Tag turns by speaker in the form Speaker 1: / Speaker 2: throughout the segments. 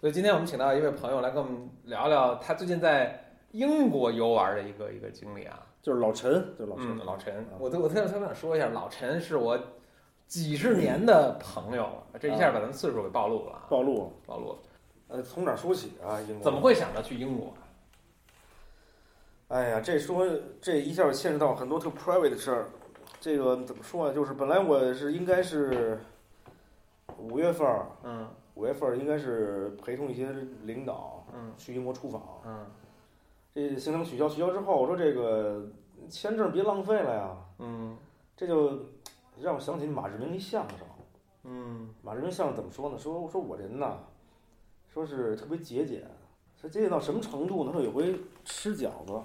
Speaker 1: 所以今天我们请到一位朋友来跟我们聊聊他最近在英国游玩的一个一个经历啊。
Speaker 2: 就是老陈，就是老陈，
Speaker 1: 嗯，老陈
Speaker 2: 啊，
Speaker 1: 我都我特特想说一下，老陈是我几十年的朋友，啊这一下把咱们岁数给暴露了啊，
Speaker 2: 暴露了。
Speaker 1: 暴露了。
Speaker 2: 呃，从哪儿说起啊？英国
Speaker 1: 怎么？会想着去英国？啊
Speaker 2: 哎呀，这说这一下牵扯到很多特 private 的事儿。这个怎么说啊？就是本来我是应该是五月份儿，
Speaker 1: 嗯
Speaker 2: 五月份儿应该是陪同一些领导
Speaker 1: 嗯
Speaker 2: 去英国出访。
Speaker 1: 嗯
Speaker 2: 这行程取消，取消之后，我说这个签证别浪费了呀。
Speaker 1: 嗯
Speaker 2: 这就让我想起马志明一相声。
Speaker 1: 嗯
Speaker 2: 马志明相声怎么说呢？说说我人呐，说是特别节俭，说节俭到什么程度呢？说有回吃饺子，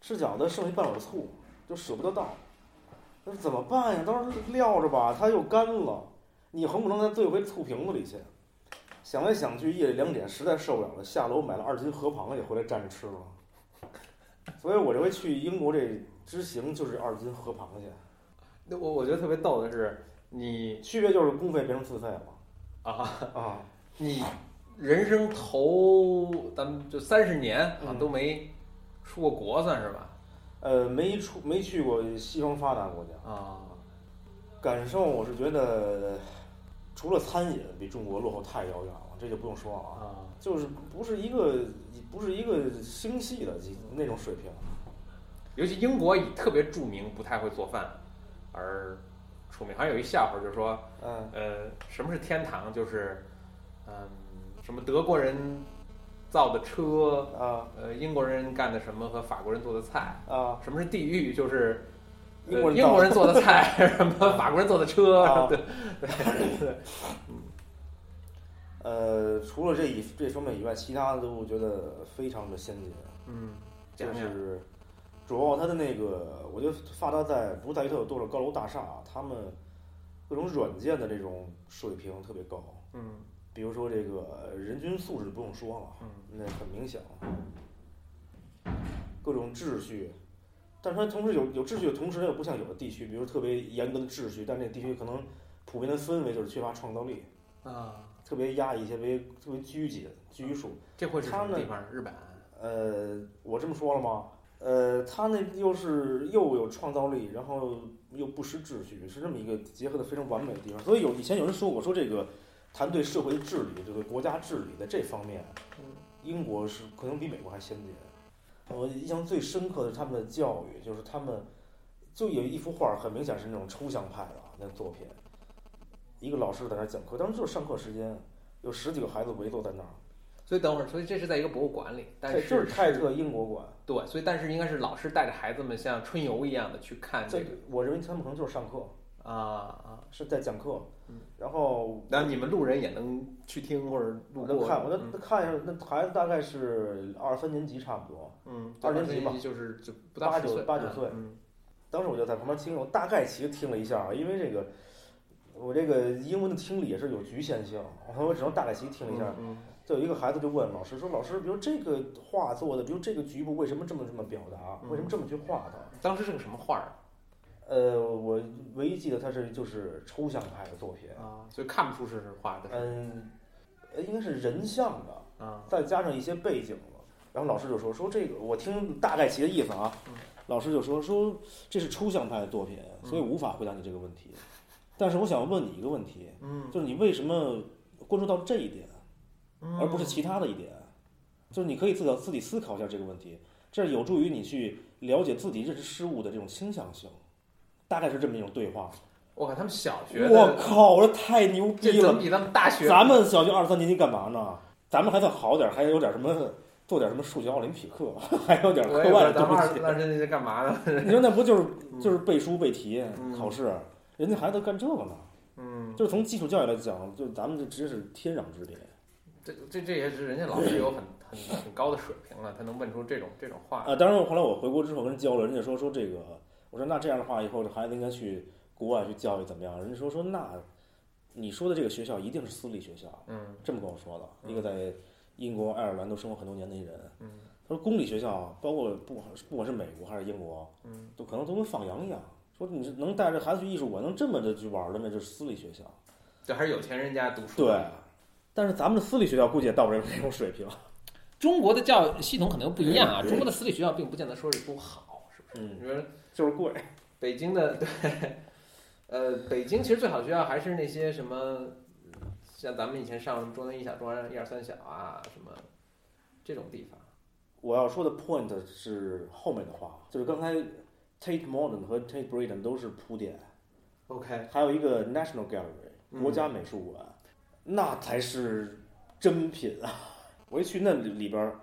Speaker 2: 吃饺子剩一半碗醋，就舍不得倒。那怎么办呀？当时撂着吧，它又干了，你横不能再兑回醋瓶子里去。想来想去，夜里两点实在受不了了，下楼买了二斤河螃蟹回来蘸着吃了。所以我这回去英国这之行就是二斤河螃蟹，
Speaker 1: 那我我觉得特别逗的是，你
Speaker 2: 区别就是公费变成自费了
Speaker 1: 啊，
Speaker 2: 啊。
Speaker 1: 你人生头咱们就三十年啊
Speaker 2: 嗯
Speaker 1: 都没出过国，算是吧？
Speaker 2: 呃，没出没去过西方发达国家，
Speaker 1: 啊，
Speaker 2: 感受我是觉得，除了餐饮比中国落后太遥远了，这就不用说了啊，
Speaker 1: 啊，
Speaker 2: 就是不是一个不是一个星系的那种水平。
Speaker 1: 尤其英国以特别著名不太会做饭而出名，好像有一笑话就是说。
Speaker 2: 嗯，
Speaker 1: 呃，什么是天堂？就是，嗯，什么德国人造的车，
Speaker 2: 啊
Speaker 1: 呃，英国人干的什么和法国人做的菜。
Speaker 2: 啊，
Speaker 1: 什么是地狱？就是、呃
Speaker 2: 英国人
Speaker 1: 英
Speaker 2: 造
Speaker 1: 国人做的菜，什么法国人做的车，
Speaker 2: 啊 嗯
Speaker 1: 对对对，
Speaker 2: 呃，除了这一这方面以外，其他的都我觉得非常的先进，
Speaker 1: 嗯，
Speaker 2: 就
Speaker 1: 讲讲，
Speaker 2: 是主要它的那个，我觉得发达在不在于它有多少高楼大厦啊，他们各种软件的这种水平特别高。
Speaker 1: 嗯
Speaker 2: 比如说这个人均素质不用说了，
Speaker 1: 嗯
Speaker 2: 那很明显了，各种秩序，但是它同时有有秩序的同时，它又不像有的地区，比如特别严格的秩序，但这地区可能普遍的氛围就是缺乏创造力，
Speaker 1: 啊，
Speaker 2: 特别压抑，特别特别拘谨、拘束。
Speaker 1: 这会是什
Speaker 2: 他
Speaker 1: 么
Speaker 2: 们
Speaker 1: 地方？日本。
Speaker 2: 呃，我这么说了吗？呃，他那又是又有创造力，然后又不失秩序，是这么一个结合的非常完美的地方。所以有以前有人说过，说这个谈对社会的治理，这个国家治理的这方面
Speaker 1: 嗯，
Speaker 2: 英国是可能比美国还先进。我印象最深刻的是他们的教育，就是他们就有一幅画，很明显是那种抽象派的啊，那作品。一个老师在那儿讲课，当时就是上课时间，有十几个孩子围坐在那儿，
Speaker 1: 所以等会儿，所以这是在一个博物馆里，但
Speaker 2: 这
Speaker 1: 是
Speaker 2: 就是泰特英国馆。
Speaker 1: 对，所以但是应该是老师带着孩子们像春游一样的去看这
Speaker 2: 这
Speaker 1: 个
Speaker 2: 我认为他们可能就是上课，
Speaker 1: 啊啊，
Speaker 2: 是在讲课
Speaker 1: 嗯，
Speaker 2: 然后
Speaker 1: 然后你们路人也能去听或者路
Speaker 2: 我
Speaker 1: 过
Speaker 2: 就看，我
Speaker 1: 嗯
Speaker 2: 就看一下，那孩子大概是二三年级差不多。
Speaker 1: 嗯，
Speaker 2: 二年级吧
Speaker 1: 就是就不到
Speaker 2: 八
Speaker 1: 十
Speaker 2: 九
Speaker 1: 岁
Speaker 2: 八九岁
Speaker 1: 嗯
Speaker 2: 当时我就在旁边听，我大概其实听了一下啊，因为这个我这个英文的听力也是有局限性，我只能大概其听了一下。
Speaker 1: 嗯，
Speaker 2: 就有一个孩子就问老师说：“老师，比如这个画做的，比如这个局部为什么这么这么表达，
Speaker 1: 嗯
Speaker 2: 为什么这么去画它
Speaker 1: 嗯当时是个什么画儿？”
Speaker 2: 呃，我唯一记得它是就是抽象派的作品，
Speaker 1: 啊？所以看不出是画的
Speaker 2: 嗯，呃应该是人像的，
Speaker 1: 啊，
Speaker 2: 再加上一些背景了然后老师就说说这个，我听大概其的意思啊
Speaker 1: 嗯，
Speaker 2: 老师就说说这是抽象派的作品，
Speaker 1: 嗯
Speaker 2: 所以无法回答你这个问题。但是我想问你一个问题，
Speaker 1: 嗯，
Speaker 2: 就是你为什么关注到这一点，
Speaker 1: 嗯
Speaker 2: 而不是其他的一点？就是你可以自己自己思考一下这个问题，这有助于你去了解自己认识事物的这种倾向性。大概是这么一种对话。
Speaker 1: 我靠，他们小学的
Speaker 2: 我靠，这太牛逼
Speaker 1: 这怎
Speaker 2: 了
Speaker 1: 么！比咱们大学
Speaker 2: 咱们小学二三年级干嘛呢？咱们还算好点儿，还有点什么做点什么数学奥林匹克， 还有点
Speaker 1: 我也不
Speaker 2: 课
Speaker 1: 知
Speaker 2: 外
Speaker 1: 道
Speaker 2: 的
Speaker 1: 咱们
Speaker 2: 东
Speaker 1: 二
Speaker 2: 西。
Speaker 1: 那是干嘛呢？
Speaker 2: 你说那不就是
Speaker 1: 嗯
Speaker 2: 就是背书背题、
Speaker 1: 嗯
Speaker 2: 考试？人家孩子干这个呢，
Speaker 1: 嗯，
Speaker 2: 就是从基础教育来讲，就咱们这真是天壤之别。
Speaker 1: 这这这也是人家老师有很很很高的水平了，他能问出这种这种话。
Speaker 2: 啊，当然后来我回国之后跟人交流，人家说说这个，我说那这样的话以后这孩子应该去国外去教育怎么样？人家说说那你说的这个学校一定是私立学校，
Speaker 1: 嗯
Speaker 2: 这么跟我说的，一个在英国、爱尔兰都生活很多年的一人，
Speaker 1: 嗯
Speaker 2: 他说公立学校，包括不管不管是美国还是英国，
Speaker 1: 嗯，
Speaker 2: 都可能都跟放羊一样，说你是能带着孩子去艺术馆，能这么的去玩的，那就是私立学校。
Speaker 1: 这还是有钱人家读书。
Speaker 2: 对，但是咱们的私立学校估计也到不了这种水平。
Speaker 1: 中国的教育系统可能不一样啊，中国的私立学校并不见得说是多好，是不是？
Speaker 2: 嗯，
Speaker 1: 你说
Speaker 2: 就是贵。
Speaker 1: 北京的 对，呃，北京其实最好的学校还是那些什么，像咱们以前上中专一小、中专一二三小啊，什么这种地方。
Speaker 2: 我要说的 point 是后面的话，就是刚才 Tate Modern 和 Tate Britain 都是铺垫，
Speaker 1: OK，
Speaker 2: 还有一个 National Gallery
Speaker 1: 嗯
Speaker 2: 国家美术馆，那才是真品啊！ 我一去那里里边儿，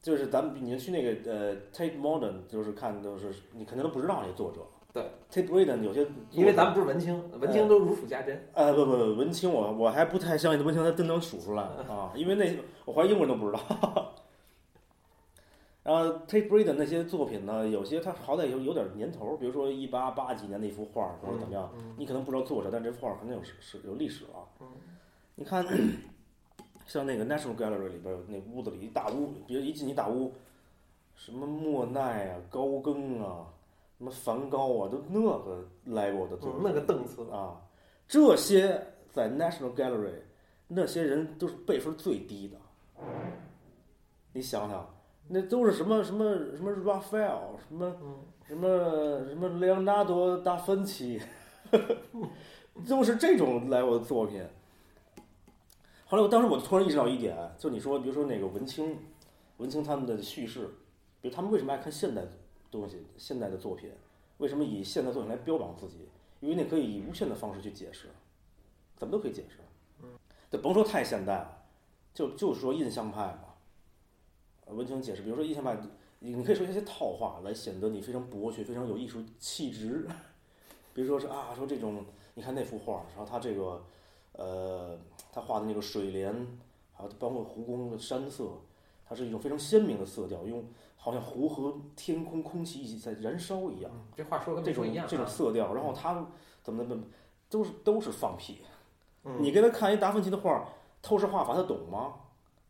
Speaker 2: 就是咱们你去那个呃 Tate Modern，就是看都是你肯定都不知道那作者。
Speaker 1: 对
Speaker 2: ，Tate Britain 有些作者
Speaker 1: 因为咱们不是文
Speaker 2: 哎
Speaker 1: 青，文青都如数家珍。
Speaker 2: 呃不不不文青我我还不太相信文青他真能数出来啊，因为那我怀疑英国人都不知道。 然后 Tate Britain 那些作品呢，有些它好歹有有点年头儿，比如说一八八几年那幅画儿或者怎么样，
Speaker 1: 嗯？
Speaker 2: 你可能不知道作者，但这幅画儿肯定有史史有历史啊。
Speaker 1: 嗯
Speaker 2: 你看，像那个 National Gallery 里边儿有那屋子里一大屋，别一进一大屋，什么莫奈啊、高更啊、什么梵高啊，都那个 level 的作
Speaker 1: 嗯
Speaker 2: 品。
Speaker 1: 那个档次，
Speaker 2: 啊，这些在 National Gallery 那些人都是辈分最低的。你想想，那都是什么什么什么 Raphael，什么
Speaker 1: 嗯，
Speaker 2: 什么什么莱昂纳多达芬奇，都是这种 level 的作品。后来我当时我就突然意识到一点，就你说，比如说那个文青，文青他们的叙事，比如他们为什么爱看现代东西、现代的作品，为什么以现代作品来标榜自己？因为那可以以无限的方式去解释，怎么都可以解释。就甭说太现代了，就就说印象派嘛，呃文青解释，比如说印象派，你你可以说一些套话来显得你非常博学、非常有艺术气质。 比如说是啊，说这种，你看那幅画，然后他这个，呃，他画的那个水帘，还有包括湖光的山色，它是一种非常鲜明的色调，用好像湖和天空、空气一起在燃烧一样。
Speaker 1: 嗯这话说跟
Speaker 2: 这
Speaker 1: 没说
Speaker 2: 种
Speaker 1: 一样啊。
Speaker 2: 这种色调，然后他怎么怎么都是都是放屁。
Speaker 1: 嗯
Speaker 2: 你给他看一达芬奇的画，透视画法他懂吗？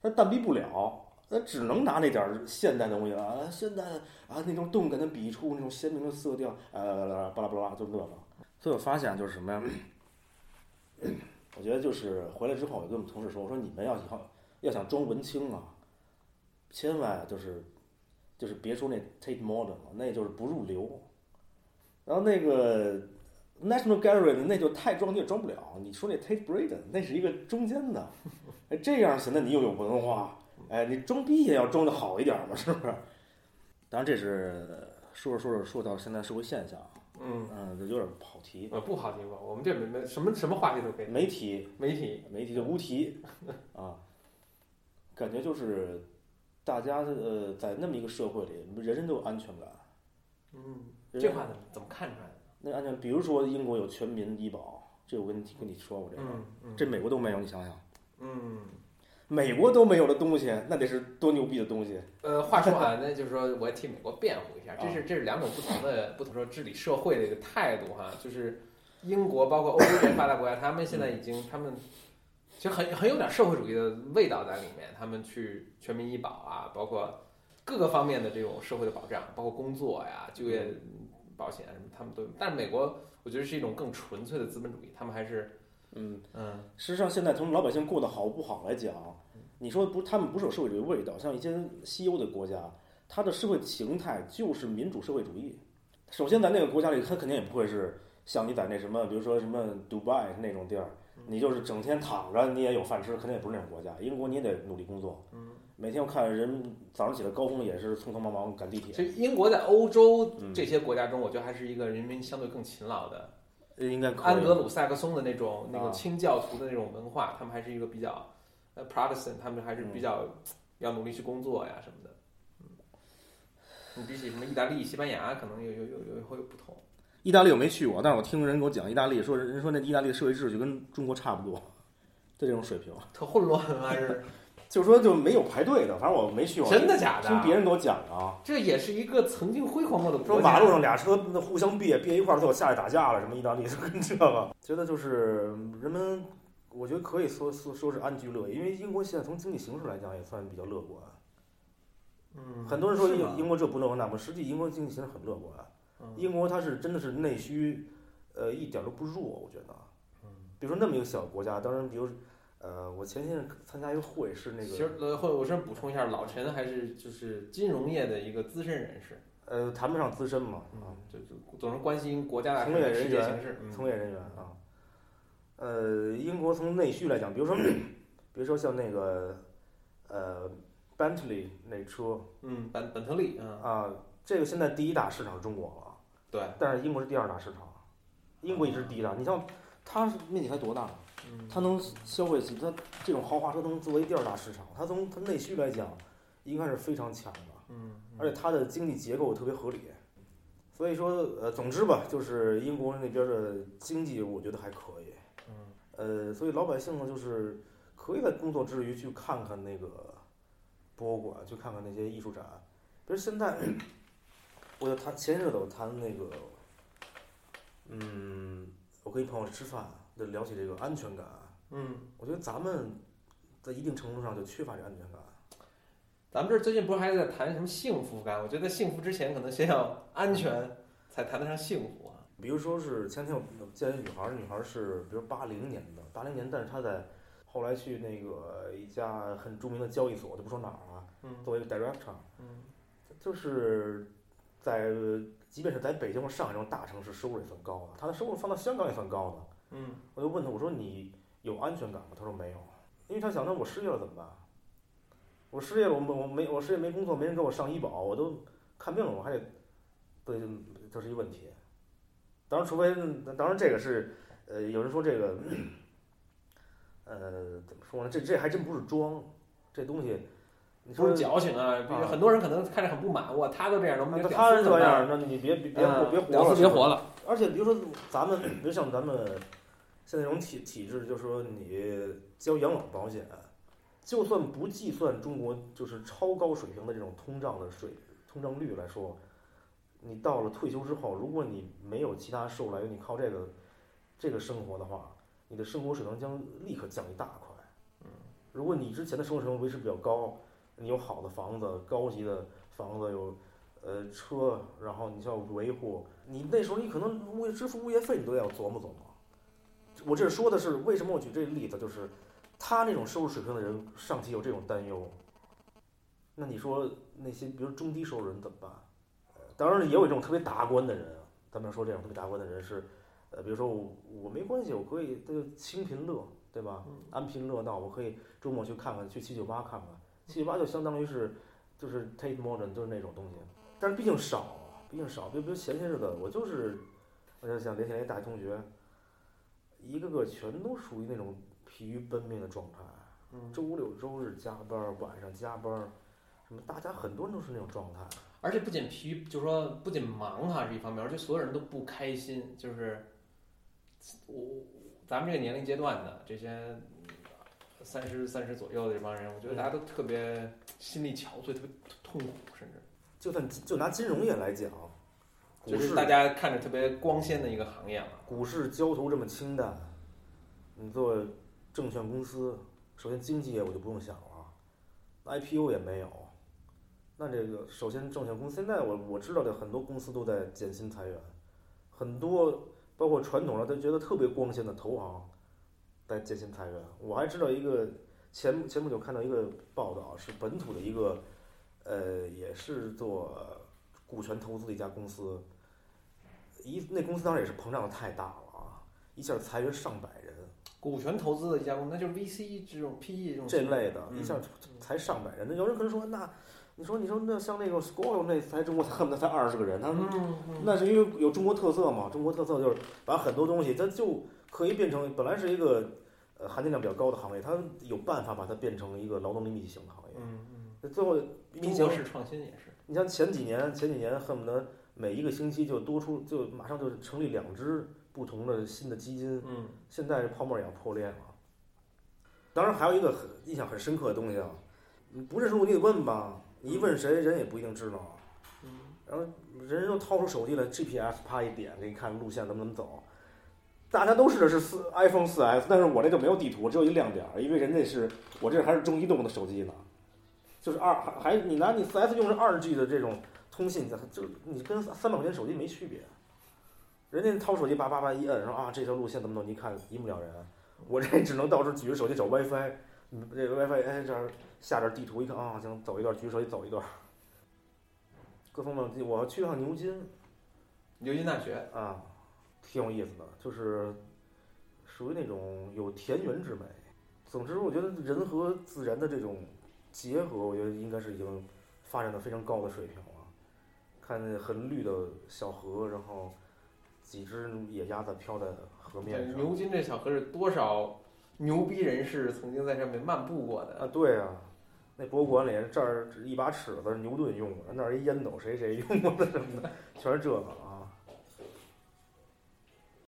Speaker 2: 他淡逼不了，他只能拿那点儿现代的东西啊，现代的啊那种动感的笔触，那种鲜明的色调，呃，巴拉巴拉巴拉，就那个。所以我发现就是什么呀？我觉得就是回来之后，我就跟我们同事说，我说你们要想要想装文青啊，千万就是就是别说那 Tate Modern 了，那就是不入流。然后那个 National Gallery 的那就太装你也装不了。你说那 Tate Britain 那是一个中 间的，哎，这样显得你又有文化，哎，你装逼也要装的好一点嘛，是不是？当然这是呃说着说着说到现在社会现象，
Speaker 1: 嗯，
Speaker 2: 嗯，就有点跑题，
Speaker 1: 呃，不好听吧？我们这没没什么什么话题都可以，
Speaker 2: 媒体
Speaker 1: 媒体
Speaker 2: 媒体就无题 啊，感觉就是大家呃在那么一个社会里，人人都有安全感，
Speaker 1: 嗯，
Speaker 2: 人
Speaker 1: 这
Speaker 2: 人
Speaker 1: 话怎么怎么看出来的？
Speaker 2: 那安全，比如说英国有全民医保，这我跟你跟你说过这个，
Speaker 1: 嗯嗯
Speaker 2: 这美国都没有，你想想。
Speaker 1: 嗯。
Speaker 2: 美国都没有的东西，那得是多牛逼的东西！
Speaker 1: 呃，话说啊，那就是说我也替美国辩护一下，这是这是两种不同的不同的治理社会的一个态度哈，就是英国包括欧洲这些发达国家，他们现在已经他们其实很很有点社会主义的味道在里面，他们去全民医保啊，包括各个方面的这种社会的保障，包括工作呀、就业
Speaker 2: 嗯
Speaker 1: 保险啊什么，他们都有。但是美国我觉得是一种更纯粹的资本主义，他们还是
Speaker 2: 嗯，
Speaker 1: 嗯
Speaker 2: 事实上现在从老百姓过得好不好来讲，你说不，他们不是有社会主义味道，像一些西欧的国家，它的社会形态就是民主社会主义。首先，在那个国家里，他肯定也不会是像你在那什么，比如说什么迪拜那种地儿，你就是整天躺着，你也有饭吃，肯定也不是那种国家。英国你也得努力工作，
Speaker 1: 嗯，
Speaker 2: 每天我看人早上起来高峰也是匆匆忙忙赶地铁，
Speaker 1: 所以英国在欧洲
Speaker 2: 嗯
Speaker 1: 这些国家中，我觉得还是一个人民相对更勤劳的。
Speaker 2: 应该可以。
Speaker 1: 安格鲁萨克松的那种那
Speaker 2: 啊
Speaker 1: 种清教徒的那种文化，他们还是一个比较呃 Protestant，他们还是比
Speaker 2: 嗯
Speaker 1: 较要努力去工作呀什么的。嗯，你比起什么意大利、西班牙，可能有有有有会有不 同。
Speaker 2: 意大利我没去过，但是我听人给我讲，意大利说人说那意大利的社会秩序跟中国差不多，就这种水平，
Speaker 1: 特混乱还 是
Speaker 2: 就是说就没有排队的，反正我没去过，
Speaker 1: 真的假的？
Speaker 2: 听别人给我讲的啊，
Speaker 1: 这也是一个曾经辉煌过的
Speaker 2: 说
Speaker 1: 国家。
Speaker 2: 马路上俩车那互相别别一块儿，最后下来打架了，什么意大利就跟这 个，觉得就是人们，我觉得可以说说说是安居乐业，因为英国现在从经济形势来讲也算比较乐观，
Speaker 1: 嗯，
Speaker 2: 很多人说
Speaker 1: 是
Speaker 2: 英
Speaker 1: 吗
Speaker 2: 英国这不乐观那不，实际英国经济形势很乐观，
Speaker 1: 嗯
Speaker 2: 英国它是真的是内
Speaker 1: 嗯
Speaker 2: 需，呃，一点儿都不弱，我觉得。比如说那么一个小国家，当然，比如呃，我前些日参加一个会是那
Speaker 1: 其
Speaker 2: 个
Speaker 1: 实，呃，或者我这补充一下，老陈还是就是金融业的一个资深人士，嗯
Speaker 2: 呃，谈不上资深嘛，啊，
Speaker 1: 就就总是关心国家大事、
Speaker 2: 从业人
Speaker 1: 世界
Speaker 2: 员
Speaker 1: 形势。嗯
Speaker 2: 从业人员啊。呃，英国从内需来讲，比如说，比如说像那个呃 Bentley 那车
Speaker 1: 嗯，本本特利，嗯，
Speaker 2: 啊，这个现在第一大市场是中国了啊，
Speaker 1: 对，
Speaker 2: 但是英国是第二大市场，英国一直是第一大。你像它是面积才多大？
Speaker 1: 嗯，
Speaker 2: 它能消费起它这种豪华车能作为第二大市场，它从它内需来讲，应该是非常强的。
Speaker 1: 嗯，
Speaker 2: 而且它的经济结构特别合理，所以说呃，总之吧，就是英国那边的经济我觉得还可以，嗯，呃，所以老百姓呢就是可以在工作之余去看看那个博物馆，去看看那些艺术展，比如现在我就谈前日子我谈那个，嗯，我跟一朋友吃饭，就聊起这个安全感，啊
Speaker 1: 嗯，
Speaker 2: 我觉得咱们在一定程度上就缺乏这安全感。
Speaker 1: 咱们这儿最近不是还在谈什么幸福感？我觉得幸福之前可能先要安全，才谈得上幸福啊。
Speaker 2: 比如说是前天我见一女孩儿，女孩儿是比如八零年的，八零年，但是她在后来去那个一家很著名的交易所，就不说哪儿啊，
Speaker 1: 嗯
Speaker 2: 作为一个 director，
Speaker 1: 嗯
Speaker 2: 就是在即便是在北京或上海这种大城市，收入也算高的，她的收入放到香港也算高的。
Speaker 1: 嗯
Speaker 2: 我就问她，我说你有安全感吗？她说没有，因为她想，那我失业了怎么办？我失业了，我没我没我失业没工作，没人给我上医保，我都看病了，我还得，对，这是一问题。当然，除非当然这个是，呃，有人说这个，呃，怎么说呢？这这还真不是装，这东西，你
Speaker 1: 不
Speaker 2: 说
Speaker 1: 是矫情啊，比如
Speaker 2: 啊
Speaker 1: 很多人可能看着很不满，哇，他都这样了，我们
Speaker 2: 那
Speaker 1: 这
Speaker 2: 他
Speaker 1: 屌丝
Speaker 2: 是
Speaker 1: 怎么
Speaker 2: 这
Speaker 1: 办
Speaker 2: 样，那你别别别活别
Speaker 1: 嗯
Speaker 2: 活
Speaker 1: 屌
Speaker 2: 了
Speaker 1: 丝别
Speaker 2: 是吧
Speaker 1: 活了，
Speaker 2: 而且比如说咱们，比如像咱们现在这种体体制，就是说你交养老保险，就算不计算中国就是超高水平的这种通胀的水通胀率来说，你到了退休之后，如果你没有其他收入来源，你靠这个这个生活的话，你的生活水平将立刻降一大块。如果你之前的生活水平维持比较高，你有好的房子、高级的房子，有呃车，然后你需要维护，你那时候你可能物业支付物业费你都要琢磨琢磨。我这说的是为什么我举这个例子，就是他那种收入水平的人上期有这种担忧，那你说那些比如中低收入人怎么办？呃当然也有一种特别达观的人啊，咱们说这种特别达观的人是，呃，比如说我我没关系，我可以他就清贫乐，对吧？安贫乐道，我可以周末去看看，去七九八看看，七九八就相当于是就是 Tate Modern 就是那种东西，但是毕竟少啊，毕竟少。就比如前些日子，我就是我就想联系联系大学同学，一个个全都属于那种疲于奔命的状态，
Speaker 1: 嗯，
Speaker 2: 周六周日加班儿，晚上加班儿，什么大家很多人都是那种状态。
Speaker 1: 而且不仅疲于，就是说不仅忙哈是一方面，而且所有人都不开心，就是我咱们这个年龄阶段的这些三十三十左右的这帮人，我觉得大家都特别心力憔悴，特别痛苦，甚至。
Speaker 2: 就算就拿金融业来讲，股
Speaker 1: 就
Speaker 2: 市
Speaker 1: 是大家看着特别光鲜的一个行业嘛。
Speaker 2: 股市交投这么清淡，你做证券公司，首先经纪业我就不用想了，IPO 也没有。那这个首先证券公司，现在我我知道的很多公司都在减薪裁员，很多包括传统的都觉得特别光鲜的投行在减薪裁员。我还知道一个前前不久看到一个报道，是本土的一个呃也是做股权投资的一家公司，一那公司当时也是膨胀的太大了啊，一下裁员上百人
Speaker 1: 股权投资的一家公司，那就是 VC 这种 PE 这种
Speaker 2: 这类的，
Speaker 1: 嗯
Speaker 2: 一下才上百人。那有人可能说，那你说你说那像那个 Squirrel 那才中国恨不得才二十个人，他们
Speaker 1: 嗯，
Speaker 2: 那是因为有中国特色嘛？中国特色就是把很多东西，它就可以变成本来是一个呃含金量比较高的行业，它有办法把它变成一个劳动力密集型的行业。
Speaker 1: 嗯嗯，
Speaker 2: 那最后
Speaker 1: 中
Speaker 2: 密集
Speaker 1: 国式创新也是，
Speaker 2: 你像前几年，前几年恨不得每一个星期就多出，就马上就成立两支不同的新的基金。
Speaker 1: 嗯
Speaker 2: 现在这泡沫也要破裂了。当然，还有一个很印象很深刻的东西啊，你不认识路你得问吧，你一问谁，人也不一定知道啊。
Speaker 1: 嗯，
Speaker 2: 然后人又掏出手机来，GPS 啪一点，给你看路线怎么怎么走。大家都试的是四 iPhone 四 S，但是我这就没有地图，只有一亮点儿，因为人家是我这还是中移动的手机呢，就是二还还你拿你四 S 用是二 G 的这种通信，就你跟三百块钱手机没区别。人家掏手机叭叭叭一摁，说啊这条路线怎么走，你一看一目了然。我这只能到处举着手机找 WiFi，嗯这个 WiFi 哎这儿下点地图一看啊，行，走一段，举手机走一段。各方面，我去趟牛津
Speaker 1: 牛津大学，
Speaker 2: 啊，挺有意思的，就是属于那种有田园之美。总之，我觉得人和自然的这种结合，我觉得应该是已经发展到非常高的水平了。看那很绿的小河，然后几只野鸭子飘在河面上。
Speaker 1: 牛津这小河是多少牛逼人士曾经在上面漫步过的？
Speaker 2: 啊，对啊，那博物馆里这儿只一把尺子是牛顿用的，那儿一烟斗谁谁用的什么的，全是这个啊。